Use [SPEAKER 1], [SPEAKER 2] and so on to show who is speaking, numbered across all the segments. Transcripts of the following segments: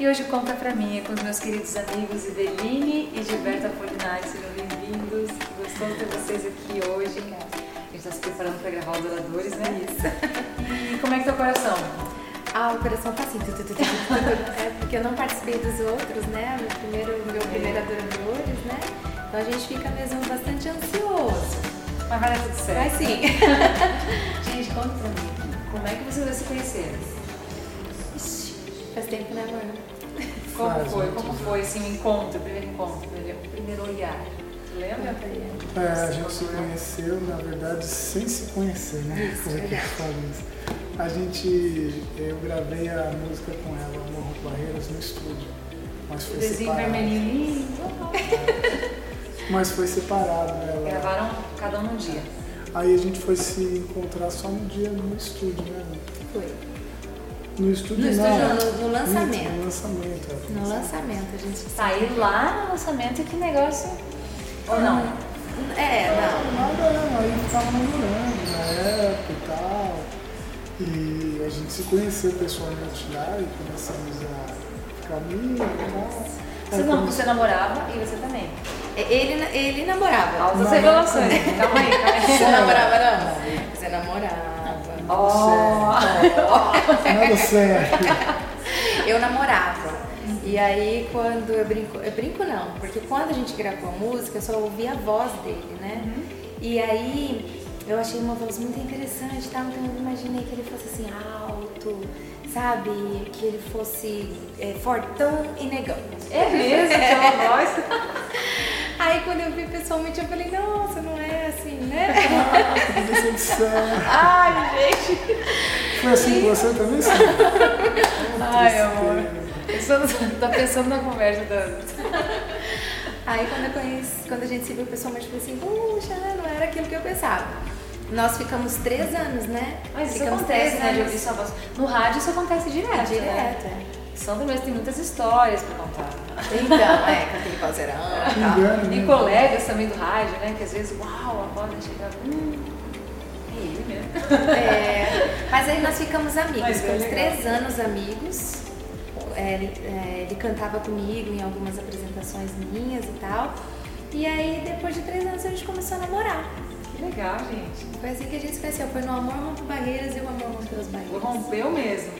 [SPEAKER 1] E hoje conta pra mim é com os meus queridos amigos Iveline e Gilberto Apolinário. Sejam bem-vindos. Gostoso ter vocês aqui hoje. A gente tá se preparando pra gravar os Oradores, né? Isso. E como é que tá o coração?
[SPEAKER 2] Ah, o coração tá assim. tu, tu, tu, tu, tu, tu. É porque eu não participei dos outros, né? Meu primeiro, meu primeiro adoradores, né? Então a gente fica mesmo bastante ansioso.
[SPEAKER 1] Mas vai dar tudo
[SPEAKER 3] É.
[SPEAKER 1] certo.
[SPEAKER 2] Mas sim.
[SPEAKER 1] Gente, conta pra mim. Como é que vocês dois se conheceram?
[SPEAKER 2] Faz tempo, né, amor?
[SPEAKER 1] Como
[SPEAKER 3] Faz
[SPEAKER 1] foi?
[SPEAKER 3] muito
[SPEAKER 1] Como
[SPEAKER 3] tempo.
[SPEAKER 1] foi esse encontro, primeiro encontro, primeiro, primeiro olhar? Tu lembra?
[SPEAKER 3] É, a gente se conheceu, na verdade, sem se conhecer, né? Como é que eu falo isso? A gente, eu gravei a música com ela, Morro Barreiras, no estúdio. Mas foi
[SPEAKER 1] Desenho
[SPEAKER 3] separado.
[SPEAKER 1] vermelhinho lindo.
[SPEAKER 3] Mas foi separado, né? Ela-
[SPEAKER 1] Gravaram cada um num dia.
[SPEAKER 3] Aí a gente foi se encontrar só um dia no estúdio, né?
[SPEAKER 2] Foi.
[SPEAKER 3] No estúdio
[SPEAKER 2] No
[SPEAKER 3] não.
[SPEAKER 2] estúdio, no- no lançamento.
[SPEAKER 3] No lançamento, é. ela
[SPEAKER 2] No
[SPEAKER 3] fez.
[SPEAKER 2] lançamento, a gente.
[SPEAKER 1] Saí lá no lançamento e que negócio. Ou não?
[SPEAKER 2] É, não.
[SPEAKER 3] Nada, não. Aí eu tava namorando na época e tal. E a gente se conheceu pessoalmente lá e começamos a ficar né? amigo e tal.
[SPEAKER 1] Você, não, você namorava e você também.
[SPEAKER 2] É, Ele, ele namorava.
[SPEAKER 1] Altas
[SPEAKER 3] Não.
[SPEAKER 1] revelações. Calma aí, calma aí.
[SPEAKER 2] Você namorava, não? Você namorava.
[SPEAKER 1] Oh.
[SPEAKER 3] Nada sério.
[SPEAKER 2] Eu namorava. E aí quando eu brinco, eu brinco não, porque quando a gente gravou a música, eu só ouvia a voz dele, né? E aí eu achei uma voz muito interessante, tá? Então eu imaginei que ele fosse assim alto, sabe? Que ele fosse é, fortão e negão.
[SPEAKER 1] É mesmo, aquela voz.
[SPEAKER 2] Aí quando eu vi pessoalmente, eu falei, nossa, não é assim, né?
[SPEAKER 3] Que decepção.
[SPEAKER 1] Ai, gente.
[SPEAKER 3] Foi assim com você também, sim?
[SPEAKER 1] Ai, amor. Eu só não- tô pensando na conversa da.
[SPEAKER 2] Aí quando, eu conheci, quando a gente se viu pessoalmente, eu falei assim, puxa, né, não era aquilo que eu pensava. Nós ficamos três anos, né?
[SPEAKER 1] Mas isso
[SPEAKER 2] ficamos
[SPEAKER 1] acontece, né? De
[SPEAKER 2] anos.
[SPEAKER 1] ouvir sua voz. No rádio isso acontece direto.
[SPEAKER 2] Direto,
[SPEAKER 1] Né?
[SPEAKER 2] é.
[SPEAKER 1] Sandra mesmo tem muitas histórias pra contar.
[SPEAKER 2] Então, é, com aquele vozeirão e tal.
[SPEAKER 3] Engano,
[SPEAKER 1] E
[SPEAKER 3] né?
[SPEAKER 1] colegas também do rádio, né? Que às vezes, uau, a voz né, chegava. Hum, é ele mesmo.
[SPEAKER 2] É, mas aí nós ficamos amigos,
[SPEAKER 1] Mas é
[SPEAKER 2] ficamos
[SPEAKER 1] legal.
[SPEAKER 2] três anos amigos. É, ele- é, ele cantava comigo em algumas apresentações minhas e tal. E aí, depois de três anos, a gente começou a namorar.
[SPEAKER 1] Que legal, gente.
[SPEAKER 2] Foi assim que a gente se conheceu. Foi no Amor Rompe Barreiras e o Amor Rompeu as Barreiras.
[SPEAKER 1] Rompeu mesmo.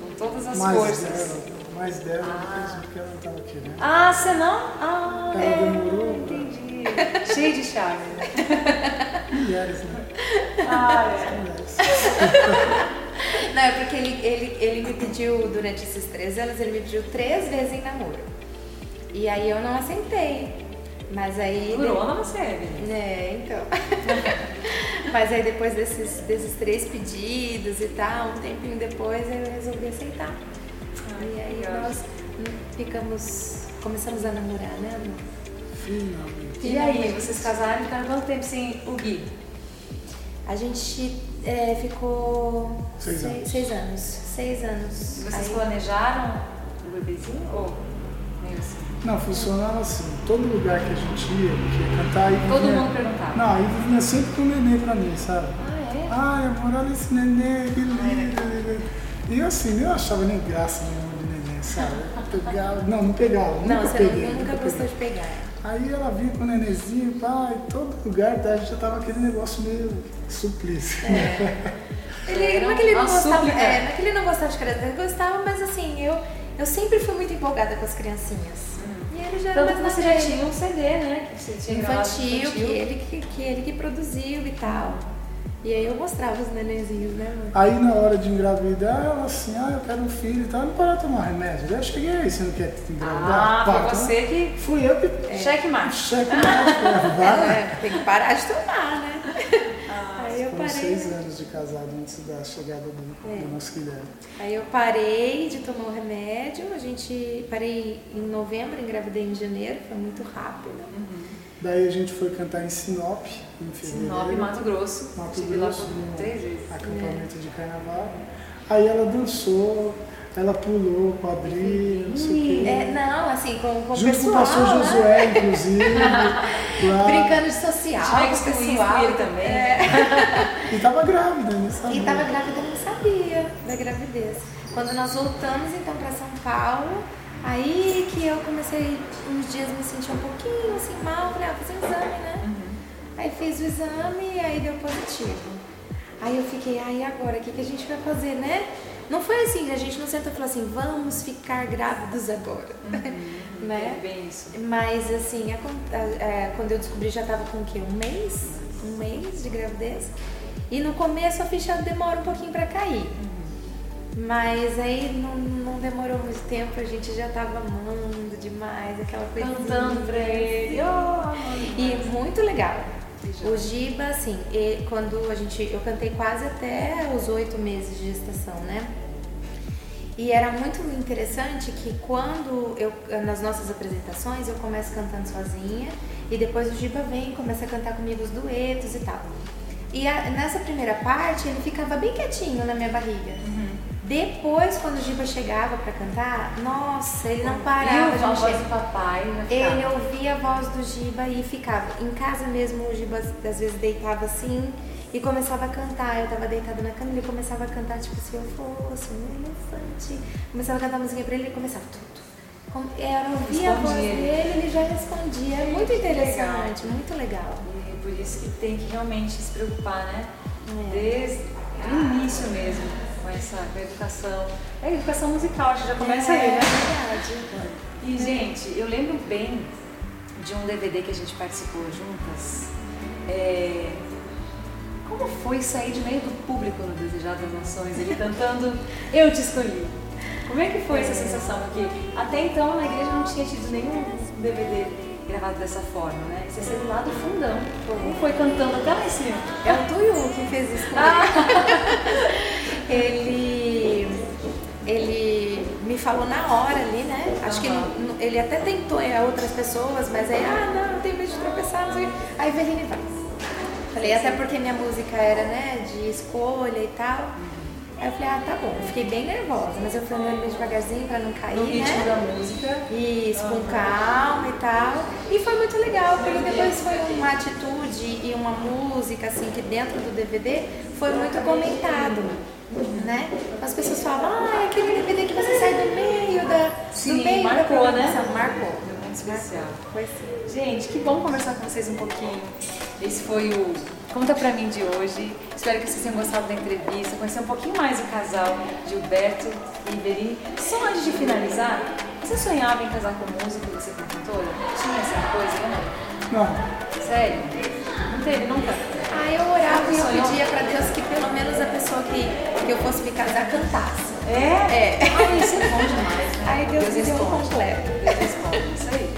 [SPEAKER 1] Com todas as
[SPEAKER 3] Mais
[SPEAKER 1] forças.
[SPEAKER 3] dela, mais dela
[SPEAKER 1] Ah.
[SPEAKER 3] depois do que ela não tava querendo.
[SPEAKER 1] Ah, você não? Ah,
[SPEAKER 3] Ela
[SPEAKER 1] é,
[SPEAKER 3] demorou, né?
[SPEAKER 1] Entendi. Cheio de charme. né?
[SPEAKER 3] Mulheres, né?
[SPEAKER 1] Ah, é.
[SPEAKER 3] Mulheres.
[SPEAKER 2] Não, é porque ele, ele, ele me pediu, durante esses três anos, ele me pediu três vezes em namoro. E aí eu não aceitei. Mas aí.
[SPEAKER 1] Durona você, né? Evelyn.
[SPEAKER 2] É, então. Mas aí depois desses, desses três pedidos e tal, um tempinho depois eu resolvi aceitar. e aí
[SPEAKER 1] legal.
[SPEAKER 2] nós hum, ficamos. começamos a namorar, né amor?
[SPEAKER 3] Finalmente.
[SPEAKER 1] E aí, vocês casaram e ficaram quanto tempo sem o Gui?
[SPEAKER 2] A gente é, ficou
[SPEAKER 3] Seis anos.
[SPEAKER 2] seis anos. Seis anos.
[SPEAKER 1] Vocês
[SPEAKER 2] Aí-
[SPEAKER 1] planejaram o bebezinho ou meio assim?
[SPEAKER 3] Não, funcionava assim. Todo lugar que a gente ia, que ia cantar, aí
[SPEAKER 1] Todo
[SPEAKER 3] vinha-
[SPEAKER 1] mundo perguntava.
[SPEAKER 3] Não, aí vinha sempre com o neném pra mim, sabe?
[SPEAKER 1] Ah,
[SPEAKER 3] Ai, amor, olha esse neném, que lindo. E eu assim, eu achava nem graça nenhuma de neném, sabe? Eu pegava, não, não pegava, nunca
[SPEAKER 2] Não, você
[SPEAKER 3] peguei.
[SPEAKER 2] nunca gostou
[SPEAKER 3] peguei.
[SPEAKER 2] de pegar.
[SPEAKER 3] Aí ela vinha com o nenenzinho, pai, todo lugar, daí já tava aquele negócio meio suplício.
[SPEAKER 1] É.
[SPEAKER 2] Ele, não é que ele não
[SPEAKER 1] Uma
[SPEAKER 2] gostava,
[SPEAKER 1] súplica.
[SPEAKER 2] é, não é que ele não gostava de criança, ele gostava, mas assim, eu, eu sempre fui muito empolgada com as criancinhas. E ele já
[SPEAKER 1] é? Tanto
[SPEAKER 2] era
[SPEAKER 1] que
[SPEAKER 2] mais
[SPEAKER 1] você já
[SPEAKER 2] na dele.
[SPEAKER 1] tinha um CD, né? Que você tinha gravado
[SPEAKER 2] infantil, que ele que, que ele que produziu e tal. E aí eu mostrava os nenenzinhos, né, mãe?
[SPEAKER 3] Aí na hora de engravidar, ela assim, ah, eu quero um filho e tal, não para tomar remédio. Já cheguei aí, você não quer engravidar?
[SPEAKER 1] Ah,
[SPEAKER 3] Pá,
[SPEAKER 1] foi
[SPEAKER 3] então,
[SPEAKER 1] você É. que...
[SPEAKER 3] Fui eu que
[SPEAKER 1] Cheque mate.
[SPEAKER 3] cheque na vai.
[SPEAKER 2] É, tem que parar de tomar, né?
[SPEAKER 1] Ah,
[SPEAKER 2] aí eu
[SPEAKER 3] Foram
[SPEAKER 2] parei.
[SPEAKER 3] seis anos de casado antes da chegada do,
[SPEAKER 2] É.
[SPEAKER 3] do nosso Guilherme.
[SPEAKER 2] Aí eu parei de tomar o remédio, a gente parei em novembro, engravidei em janeiro, foi muito rápido.
[SPEAKER 3] Daí a gente foi cantar em Sinop, em fevereiro.
[SPEAKER 1] Sinop, Mato Grosso.
[SPEAKER 3] Mato
[SPEAKER 1] Estive
[SPEAKER 3] Grosso, né?
[SPEAKER 1] lá por
[SPEAKER 3] no
[SPEAKER 1] três vezes.
[SPEAKER 3] acampamento de carnaval. Aí ela dançou, ela pulou, quadrilha, não sei o quê.
[SPEAKER 2] É, não, assim, com, com o
[SPEAKER 3] Junto com o
[SPEAKER 2] pessoal.
[SPEAKER 3] pastor
[SPEAKER 2] né?
[SPEAKER 3] Josué, inclusive. Claro.
[SPEAKER 2] Brincando de social,
[SPEAKER 1] Tinha que excluir,
[SPEAKER 2] pessoal. É.
[SPEAKER 1] excluir também. né?
[SPEAKER 3] E tava grávida, né? não sabia.
[SPEAKER 2] E tava grávida, eu não sabia da gravidez. Quando nós voltamos então para São Paulo, aí que eu comecei uns dias me sentir um pouquinho assim mal, falei, ah, vou fazer um exame, né? Aí fiz o exame e aí deu positivo. Aí eu fiquei, aí agora, o que, que a gente vai fazer, né? Não foi assim, que a gente não sentou e falou assim, vamos ficar grávidos agora, né?
[SPEAKER 1] É bem isso.
[SPEAKER 2] Mas assim, acon- a- é, quando eu descobri já tava com o quê? Um mês? Um mês de gravidez. E no começo a ficha demora um pouquinho pra cair. Mas aí não, não demorou muito tempo, a gente já tava amando demais, aquela coisa.
[SPEAKER 1] Cantando pra ele.
[SPEAKER 2] E muito legal. O Giba, assim, e quando a gente. Eu cantei quase até os oito meses de gestação, né? E era muito interessante que quando eu, nas nossas apresentações, eu começo cantando sozinha e depois o Giba vem e começa a cantar comigo os duetos e tal. E a- nessa primeira parte ele ficava bem quietinho na minha barriga. Depois, quando o Giba chegava pra cantar, nossa, ele não parava de
[SPEAKER 1] E o
[SPEAKER 2] mexer.
[SPEAKER 1] voz do papai né, já ficava.
[SPEAKER 2] Ele ouvia a voz do Giba e ficava. Em casa mesmo, o Giba às vezes deitava assim e começava a cantar. Eu tava deitada na cama e ele começava a cantar, tipo, se eu fosse um elefante. Começava a cantar música pra ele e começava tudo. Como- Eu ouvia a voz
[SPEAKER 1] Respondia ele.
[SPEAKER 2] dele ele já respondia. É muito
[SPEAKER 1] Que
[SPEAKER 2] interessante, muito legal.
[SPEAKER 1] E por isso que tem que realmente se preocupar, né?
[SPEAKER 2] É.
[SPEAKER 1] Desde o início mesmo, com essa com a educação. É a educação musical, a gente já começa aí, né?
[SPEAKER 2] verdade.
[SPEAKER 1] E, gente, eu lembro bem de um DVD que a gente participou juntas. É, Como foi sair de meio do público no Desejadas Nações, ele cantando Eu Te Escolhi? Como é que foi essa sensação? Porque até então na igreja não tinha tido nenhum DVD gravado dessa forma, né? Você saiu lá do fundão. Como foi cantando até lá em cima? um
[SPEAKER 2] É o Tuyu que fez isso comigo.
[SPEAKER 1] Ah.
[SPEAKER 2] ele, ele me falou na hora ali, né? Acho que
[SPEAKER 1] Aham.
[SPEAKER 2] ele, ele até tentou em outras pessoas, mas aí, ah, não, eu tenho medo de tropeçar, não sei o quê. Aí Verline vai. Falei, até porque minha música era, né, de escolha e tal. Aí eu falei, ah, tá bom. Eu Fiquei bem nervosa, mas eu fui andando bem devagarzinho pra não cair,
[SPEAKER 1] No É um ritmo
[SPEAKER 2] né?
[SPEAKER 1] da música.
[SPEAKER 2] Isso, com calma e tal. E foi muito legal, porque depois foi uma atitude e uma música, assim, que dentro do DVD foi muito comentado, né? As pessoas falavam, ah, é aquele DVD que você sai do meio da.
[SPEAKER 1] Sim,
[SPEAKER 2] do meio
[SPEAKER 1] marcou,
[SPEAKER 2] da
[SPEAKER 1] né?
[SPEAKER 2] programação. Marcou.
[SPEAKER 1] Foi muito especial.
[SPEAKER 2] Foi sim.
[SPEAKER 1] Gente, que bom conversar com vocês um pouquinho. Esse foi o Conta Pra Mim de hoje. Espero que vocês tenham gostado da entrevista, conhecer um pouquinho mais o casal Gilberto e Iberi. Só antes de finalizar, você sonhava em casar com músico e ser cantora? Tinha essa coisa, né?
[SPEAKER 3] Não,
[SPEAKER 1] Sério? Não teve nunca?
[SPEAKER 2] Aí eu orava e eu
[SPEAKER 1] Sonhou?
[SPEAKER 2] pedia pra Deus que pelo menos a pessoa que, que eu fosse me casar cantasse.
[SPEAKER 1] É?
[SPEAKER 2] É.
[SPEAKER 1] Ai, isso é bom demais, né?
[SPEAKER 2] Aí Deus, me deu um
[SPEAKER 1] responde.
[SPEAKER 2] completo.
[SPEAKER 1] Deus responde, isso aí.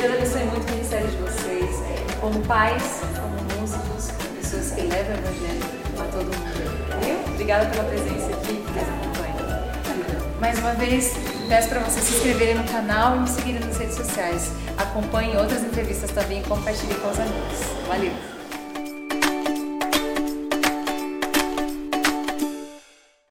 [SPEAKER 1] Deus abençoe muito o ministério de vocês, é, como pais, como músicos, como pessoas que levam o evangelho a todo mundo. Viu? Obrigada pela presença aqui, que Deus acompanhe. Mais uma vez, peço para vocês se inscreverem no canal e me seguirem nas redes sociais. Acompanhem outras entrevistas também e compartilhem com os amigos. Valeu!